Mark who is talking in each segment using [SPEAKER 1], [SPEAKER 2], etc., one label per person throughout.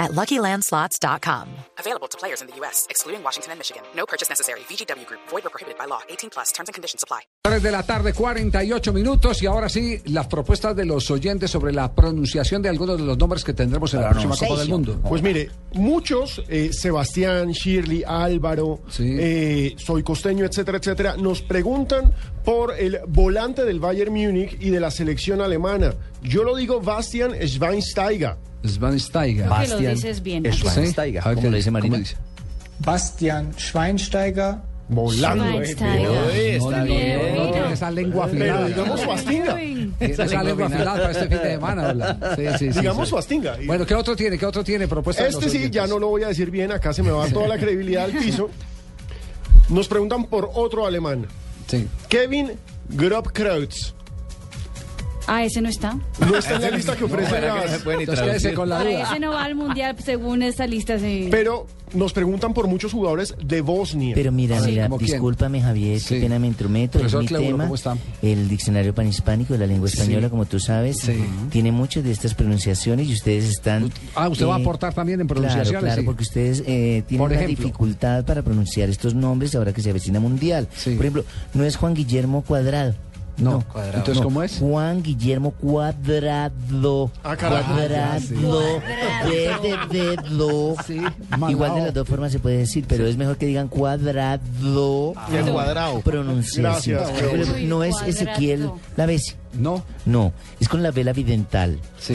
[SPEAKER 1] at luckylandslots.com.
[SPEAKER 2] Available to players in the U.S., excluding Washington and Michigan. No purchase necessary. VGW Group, void or prohibited by law. 18 plus terms and conditions apply.
[SPEAKER 3] 3 de la tarde, 48 minutos. Y ahora sí, las propuestas de los oyentes sobre la pronunciación de algunos de los nombres que tendremos en la próxima Copa del Mundo.
[SPEAKER 4] Pues mire, muchos, eh, Sebastián, Shirley, Álvaro,
[SPEAKER 3] Sí.
[SPEAKER 4] eh, Soy Costeño, etcétera, etcétera, nos preguntan por el volante del Bayern Múnich y de la selección alemana. Yo lo digo Bastian Schweinsteiger.
[SPEAKER 3] Schweinsteiger.
[SPEAKER 5] que lo dices bien.
[SPEAKER 6] Es
[SPEAKER 5] Axel.
[SPEAKER 6] Schweinsteiger,
[SPEAKER 3] Ah,
[SPEAKER 6] como le dice Marina.
[SPEAKER 7] Bastian Schweinsteiger.
[SPEAKER 4] Volando. eh.
[SPEAKER 5] Schweinsteiger.
[SPEAKER 3] Está bien. No, tiene esa lengua
[SPEAKER 4] Pero
[SPEAKER 3] afilada.
[SPEAKER 4] digamos Bastinga.
[SPEAKER 3] Tiene esa lengua afilada para este fin de semana. hola. Sí, sí, sí,
[SPEAKER 4] Digamos
[SPEAKER 3] sí.
[SPEAKER 4] Bastinga. Y
[SPEAKER 3] Bueno, ¿qué otro tiene? ¿Qué otro tiene? Propuesta
[SPEAKER 4] Este sí, ya no lo voy a decir bien, acá se me va toda la credibilidad al piso. Nos preguntan por otro alemán,
[SPEAKER 3] Sí.
[SPEAKER 4] Kevin Grobkreutz.
[SPEAKER 5] Ah, ese no está.
[SPEAKER 4] No está
[SPEAKER 3] Ah,
[SPEAKER 4] en la lista que ofrece las...
[SPEAKER 3] Entonces quédese con la
[SPEAKER 5] Para
[SPEAKER 3] duda.
[SPEAKER 5] ese no va al mundial según esta lista. Sí.
[SPEAKER 4] Pero nos preguntan por muchos jugadores de Bosnia.
[SPEAKER 8] Pero mira,
[SPEAKER 3] Sí,
[SPEAKER 8] mira,
[SPEAKER 3] ¿como quién?
[SPEAKER 8] discúlpame Javier,
[SPEAKER 3] Sí.
[SPEAKER 8] qué pena me intrometo, es
[SPEAKER 3] Profesor
[SPEAKER 8] mi
[SPEAKER 3] Cleuro,
[SPEAKER 8] tema.
[SPEAKER 3] ¿cómo está?
[SPEAKER 8] El diccionario panhispánico de la lengua española, como tú sabes,
[SPEAKER 3] Sí.
[SPEAKER 8] tiene muchas de estas pronunciaciones y ustedes están... eh,
[SPEAKER 3] Ah, usted va a aportar también en
[SPEAKER 8] claro,
[SPEAKER 3] pronunciaciones,
[SPEAKER 8] Claro,
[SPEAKER 3] sí.
[SPEAKER 8] porque ustedes eh, tienen
[SPEAKER 3] Por
[SPEAKER 8] una
[SPEAKER 3] ejemplo.
[SPEAKER 8] dificultad para pronunciar estos nombres ahora que se avecina mundial.
[SPEAKER 3] Sí.
[SPEAKER 8] Por ejemplo, no es Juan Guillermo Cuadrado.
[SPEAKER 3] No, Cuadrado. Entonces, ¿cómo es?
[SPEAKER 8] Juan Guillermo Cuadrado.
[SPEAKER 4] Ah, caray.
[SPEAKER 8] Cuadrado. de dedo.
[SPEAKER 3] Sí,
[SPEAKER 8] Igual de
[SPEAKER 3] malao.
[SPEAKER 8] las dos formas se puede decir, pero es mejor que digan cuadrado.
[SPEAKER 4] Bien cuadrado.
[SPEAKER 8] Pronunciación.
[SPEAKER 4] Gracias,
[SPEAKER 8] Pero
[SPEAKER 4] Raúl.
[SPEAKER 5] Uy,
[SPEAKER 8] no es Ezequiel
[SPEAKER 5] cuadrado.
[SPEAKER 8] la vez.
[SPEAKER 3] No.
[SPEAKER 8] No, es con la vela vidental.
[SPEAKER 3] Sí.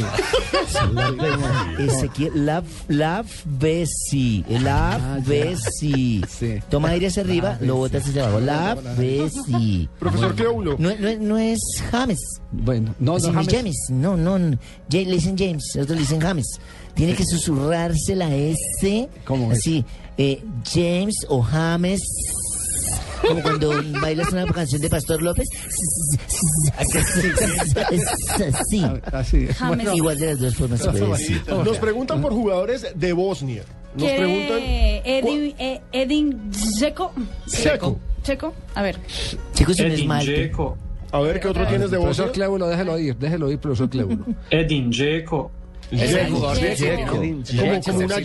[SPEAKER 8] Ezequiel, la, la besi, la besi.
[SPEAKER 3] Sí.
[SPEAKER 8] Toma aire hacia arriba, lo botas hacia abajo. La besi.
[SPEAKER 4] Profesor Cleulo.
[SPEAKER 8] No, no, no es James.
[SPEAKER 3] Bueno, no,
[SPEAKER 8] Sí,
[SPEAKER 3] no,
[SPEAKER 8] no es
[SPEAKER 3] Pues James.
[SPEAKER 8] James. No, no, no. Ja- le dicen James, otros le dicen James. Tiene que susurrarse la S.
[SPEAKER 3] ¿Cómo es?
[SPEAKER 8] Así, eh, James o James. Como cuando bailas una canción de Pastor López. Sí.
[SPEAKER 3] Así.
[SPEAKER 5] James.
[SPEAKER 8] Igual de las dos formas se puede decir.
[SPEAKER 4] Nos preguntan por jugadores de Bosnia. Nos
[SPEAKER 5] ¿Quiere
[SPEAKER 4] preguntan.
[SPEAKER 5] Edin, eh, Edin Dzeko?
[SPEAKER 4] Seco.
[SPEAKER 5] Checo, a ver.
[SPEAKER 8] Chicos, si no es
[SPEAKER 4] A
[SPEAKER 8] mal.
[SPEAKER 4] ver, ¿qué
[SPEAKER 8] Ah,
[SPEAKER 4] otro tienes de Bosnia?
[SPEAKER 3] Profesor Clébulo, déjelo ir, déjelo ir, profesor Clébulo.
[SPEAKER 9] Edin Dzeko.
[SPEAKER 4] Dzeko. Como, como una Y.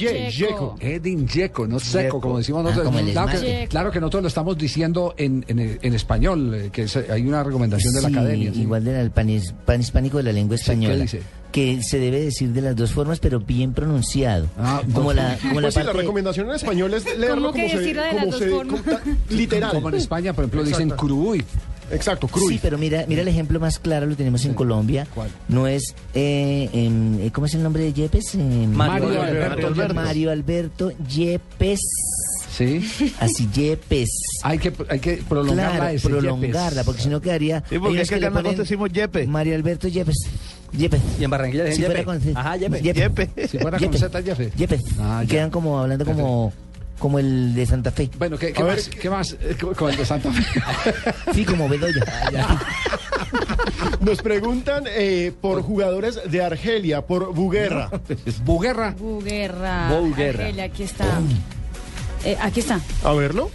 [SPEAKER 4] Dzeko.
[SPEAKER 5] Dzeko.
[SPEAKER 3] Edin Yeco, no seco, como decimos
[SPEAKER 8] Ah,
[SPEAKER 3] nosotros.
[SPEAKER 8] como el
[SPEAKER 3] claro, que,
[SPEAKER 8] esmalte.
[SPEAKER 3] claro que nosotros lo estamos diciendo en, en- en español, eh, que es- hay una recomendación de la
[SPEAKER 8] Sí,
[SPEAKER 3] academia. ¿sí?
[SPEAKER 8] Igual del al panis- panhispánico de la lengua
[SPEAKER 3] Sí, ¿qué
[SPEAKER 8] española.
[SPEAKER 3] dice?
[SPEAKER 8] Que se debe decir de las dos formas, pero bien pronunciado.
[SPEAKER 3] Ah,
[SPEAKER 8] como
[SPEAKER 3] no.
[SPEAKER 8] la, como
[SPEAKER 4] Pues sí,
[SPEAKER 8] la
[SPEAKER 4] la
[SPEAKER 8] parte.
[SPEAKER 4] recomendación en español es leerlo
[SPEAKER 5] que
[SPEAKER 4] como se.
[SPEAKER 5] decirla de
[SPEAKER 4] como
[SPEAKER 5] las
[SPEAKER 4] se-
[SPEAKER 5] dos
[SPEAKER 4] como-
[SPEAKER 5] formas?
[SPEAKER 4] ta- literal.
[SPEAKER 3] Como en España, por ejemplo, dicen
[SPEAKER 4] Exacto.
[SPEAKER 3] cruy.
[SPEAKER 4] Exacto, Cruz.
[SPEAKER 8] Sí, pero mira, mira el ejemplo más claro, lo tenemos en Colombia.
[SPEAKER 3] ¿Cuál?
[SPEAKER 8] No es, eh, em, eh, ¿cómo es el nombre de Yepes? Em,
[SPEAKER 3] Mario Mario Alberto Alberto Yepes.
[SPEAKER 8] Mario Alberto Yepes.
[SPEAKER 3] Sí.
[SPEAKER 8] Así, Yepes.
[SPEAKER 3] Hay que, hay que prolongarla.
[SPEAKER 8] claro,
[SPEAKER 3] ese,
[SPEAKER 8] prolongarla,
[SPEAKER 3] yepes.
[SPEAKER 8] porque si no quedaría...
[SPEAKER 6] Sí, porque
[SPEAKER 8] hay unos
[SPEAKER 6] es que
[SPEAKER 8] le
[SPEAKER 6] acá nosotros
[SPEAKER 8] ponen
[SPEAKER 6] decimos Yepes.
[SPEAKER 8] Mario Alberto Yepes. Yepes.
[SPEAKER 6] Y en Barranquilla
[SPEAKER 8] Si fuera con-
[SPEAKER 6] Ajá, Yepes.
[SPEAKER 8] Yepes.
[SPEAKER 3] Si fuera con
[SPEAKER 8] Yepes.
[SPEAKER 3] Z, Jefe.
[SPEAKER 8] Yepes.
[SPEAKER 3] Ah,
[SPEAKER 8] Y
[SPEAKER 3] ya.
[SPEAKER 8] quedan como hablando como, como el de Santa Fe.
[SPEAKER 3] Bueno, ¿qué, qué
[SPEAKER 4] A ver,
[SPEAKER 3] más? ¿Qué más? Eh, con- Con el de Santa Fe.
[SPEAKER 8] Sí, como Bedoya.
[SPEAKER 4] Nos preguntan eh, por jugadores de Argelia, por Buguerra.
[SPEAKER 8] pues.
[SPEAKER 3] Buguerra.
[SPEAKER 5] Buguerra.
[SPEAKER 6] Buguerra.
[SPEAKER 5] Argelia, aquí está. Eh, aquí está.
[SPEAKER 4] A verlo.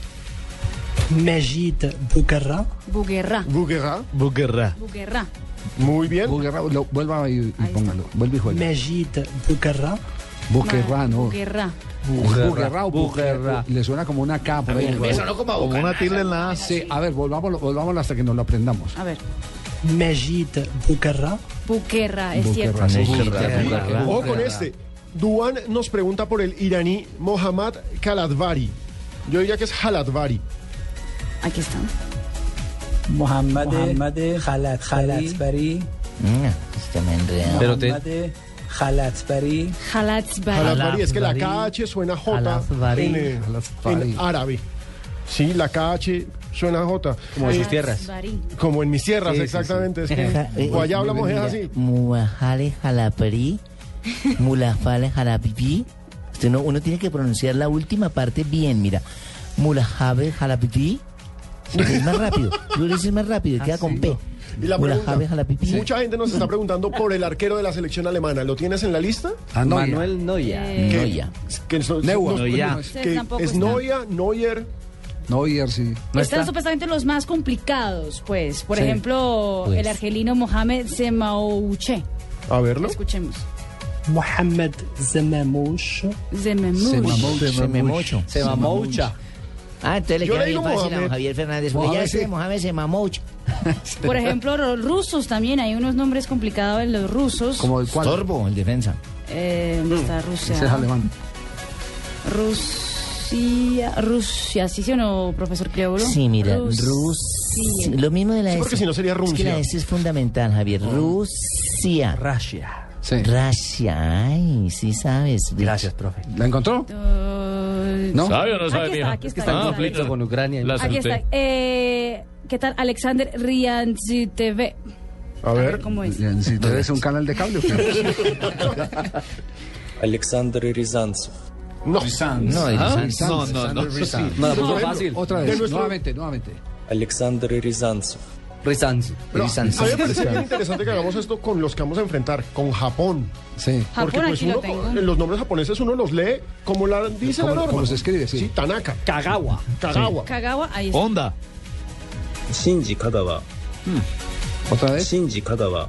[SPEAKER 7] Mejid Bucarra.
[SPEAKER 5] Buguerra.
[SPEAKER 4] Buguerra.
[SPEAKER 6] Buguerra.
[SPEAKER 5] Buguerra.
[SPEAKER 4] Muy bien.
[SPEAKER 3] Buguerra, lo, vuelva y, y
[SPEAKER 5] Ahí está.
[SPEAKER 3] póngalo. Vuelve y juega.
[SPEAKER 7] Mejid Bucarra.
[SPEAKER 3] Buguerra, no.
[SPEAKER 5] Buguerra.
[SPEAKER 3] Buguerra o Buguerra. Le suena como una K por ahí.
[SPEAKER 6] Como una tilde en la A.
[SPEAKER 3] Sí, a ver, volvámoslo, volvámoslo hasta que nos lo aprendamos.
[SPEAKER 5] A ver.
[SPEAKER 7] Mejid Bucarra.
[SPEAKER 5] Buguerra, es
[SPEAKER 3] Buguerra,
[SPEAKER 5] cierto.
[SPEAKER 3] sí.
[SPEAKER 4] Ojo con este. Duan nos pregunta por el iraní Mohammad Kaladvari. Yo diría que es Haladvari.
[SPEAKER 5] Aquí está.
[SPEAKER 7] Mohamed Khalat Khalatbari.
[SPEAKER 8] Mm, está me enredado.
[SPEAKER 6] Pero te-
[SPEAKER 7] Mohamed Khalatbari.
[SPEAKER 5] Halatzbari.
[SPEAKER 4] Haladvari, es que la KH suena J
[SPEAKER 8] Haladvari.
[SPEAKER 4] en, eh,
[SPEAKER 3] Haladvari.
[SPEAKER 4] en árabe. Sí, la KH suena J.
[SPEAKER 6] Como sus tierras.
[SPEAKER 4] Como en mis tierras,
[SPEAKER 6] Sí, sí,
[SPEAKER 4] exactamente. Es
[SPEAKER 8] Ja-
[SPEAKER 4] que
[SPEAKER 8] eh,
[SPEAKER 4] o
[SPEAKER 8] eh,
[SPEAKER 4] Pues allá hablamos es
[SPEAKER 8] mira,
[SPEAKER 4] así.
[SPEAKER 8] Muajale jalapari, mulafale jalapipi. Usted no- uno tiene que pronunciar la última parte bien, mira. Mulajabe jalapipi, Porque es más rápido. Yo lo hice más rápido y queda con P.
[SPEAKER 4] Y la
[SPEAKER 8] O
[SPEAKER 4] pregunta,
[SPEAKER 8] jave, jalapipí.
[SPEAKER 4] mucha gente nos está preguntando por el arquero de la selección alemana. ¿Lo tienes en la lista?
[SPEAKER 3] Ah, no,
[SPEAKER 6] Manuel Noya.
[SPEAKER 4] Que-
[SPEAKER 8] Neuer.
[SPEAKER 4] que so-
[SPEAKER 3] Neuer.
[SPEAKER 4] nos-
[SPEAKER 6] Neuer.
[SPEAKER 4] que
[SPEAKER 5] Ustedes tampoco
[SPEAKER 4] es
[SPEAKER 5] están.
[SPEAKER 4] Noia, Neuer.
[SPEAKER 3] No, Ier, sí.
[SPEAKER 6] ¿No
[SPEAKER 5] Están
[SPEAKER 6] está?
[SPEAKER 5] supuestamente los más complicados, pues. Por
[SPEAKER 6] Sí,
[SPEAKER 5] ejemplo,
[SPEAKER 6] pues.
[SPEAKER 5] el argelino Mohamed Zemauche.
[SPEAKER 4] A verlo.
[SPEAKER 5] Escuchemos.
[SPEAKER 7] محمد زماموش
[SPEAKER 5] Zemauche.
[SPEAKER 8] Se me mocho.
[SPEAKER 6] Se mamoucha.
[SPEAKER 8] Ah, entonces le
[SPEAKER 4] Yo
[SPEAKER 8] queda
[SPEAKER 4] le
[SPEAKER 8] bien
[SPEAKER 4] digo
[SPEAKER 8] fácil a
[SPEAKER 4] Mohamed.
[SPEAKER 8] Javier Fernández. Pues
[SPEAKER 3] Mohamed,
[SPEAKER 8] Ya ese
[SPEAKER 3] sí.
[SPEAKER 8] Mohamed se mamoucha.
[SPEAKER 5] Por ejemplo, los rusos también. Hay unos nombres complicados en los rusos.
[SPEAKER 3] Como el cual.
[SPEAKER 8] Torbo, el defensa.
[SPEAKER 5] Eh, ¿dónde está Rusia?
[SPEAKER 3] Ese es alemán.
[SPEAKER 5] Rusia, Rusia, ¿sí, sí o no, profesor Cleobro?
[SPEAKER 8] Sí, mira,
[SPEAKER 5] Rusia.
[SPEAKER 8] Rusia. Lo mismo de la
[SPEAKER 4] Sí,
[SPEAKER 8] S.
[SPEAKER 4] porque si no sería Ah.
[SPEAKER 8] Es que
[SPEAKER 4] Runcia.
[SPEAKER 8] la S es fundamental, Javier. Rusia.
[SPEAKER 6] Rasia.
[SPEAKER 3] Sí.
[SPEAKER 8] Rusia. Ay, sí sabes.
[SPEAKER 6] Gracias, profe.
[SPEAKER 3] ¿La encontró?
[SPEAKER 5] Eh,
[SPEAKER 3] No.
[SPEAKER 9] ¿Sabe o no sabe,
[SPEAKER 5] Aquí está,
[SPEAKER 9] mija?
[SPEAKER 5] aquí está, aquí está.
[SPEAKER 6] conflicto con Ucrania.
[SPEAKER 9] La
[SPEAKER 5] Aquí
[SPEAKER 9] asusté.
[SPEAKER 5] está. Eh, ¿Qué tal? Alexander Rianziteve.
[SPEAKER 4] A ver.
[SPEAKER 5] ¿Cómo es?
[SPEAKER 3] Pues, Bien, Si te ves un canal de cable, ¿o qué?
[SPEAKER 10] Александр Рязанцев.
[SPEAKER 4] No.
[SPEAKER 8] No,
[SPEAKER 9] ¿Ah?
[SPEAKER 8] el Sanz-
[SPEAKER 9] No, no, no.
[SPEAKER 6] No,
[SPEAKER 4] Por
[SPEAKER 6] tampoco
[SPEAKER 4] ejemplo,
[SPEAKER 6] fácil.
[SPEAKER 3] Otra
[SPEAKER 4] De
[SPEAKER 3] vez,
[SPEAKER 4] nuestro-
[SPEAKER 3] nuevamente, nuevamente.
[SPEAKER 10] Александр Рязанцев.
[SPEAKER 6] Rizanz.
[SPEAKER 4] Pero, a mí
[SPEAKER 8] Sanz.
[SPEAKER 4] me parece bien interesante que hagamos esto con los que vamos a enfrentar, con Japón.
[SPEAKER 3] Sí.
[SPEAKER 5] Japón,
[SPEAKER 4] Porque pues
[SPEAKER 5] Ah, aquí
[SPEAKER 4] uno,
[SPEAKER 5] lo tengo.
[SPEAKER 4] eh, los nombres japoneses uno los lee como la dice
[SPEAKER 3] Como-
[SPEAKER 4] la norma.
[SPEAKER 3] como se escribe, sí.
[SPEAKER 4] Tanaka,
[SPEAKER 6] Kagawa.
[SPEAKER 4] Kagawa.
[SPEAKER 5] Kagawa, ahí está.
[SPEAKER 9] Onda.
[SPEAKER 10] Синджи Кагава.
[SPEAKER 3] Otra vez.
[SPEAKER 10] Синджи Кагава.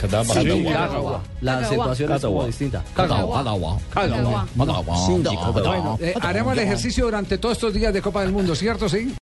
[SPEAKER 9] Cadabra.
[SPEAKER 6] Kagawa. La
[SPEAKER 5] Kagawa.
[SPEAKER 6] acentuación es como distinta.
[SPEAKER 5] Kagawa. Kagawa.
[SPEAKER 6] Kagawa.
[SPEAKER 10] Синджи Кагава.
[SPEAKER 3] Eh, haremos el ejercicio durante todos estos días de Copa del Mundo, ¿cierto? Sí.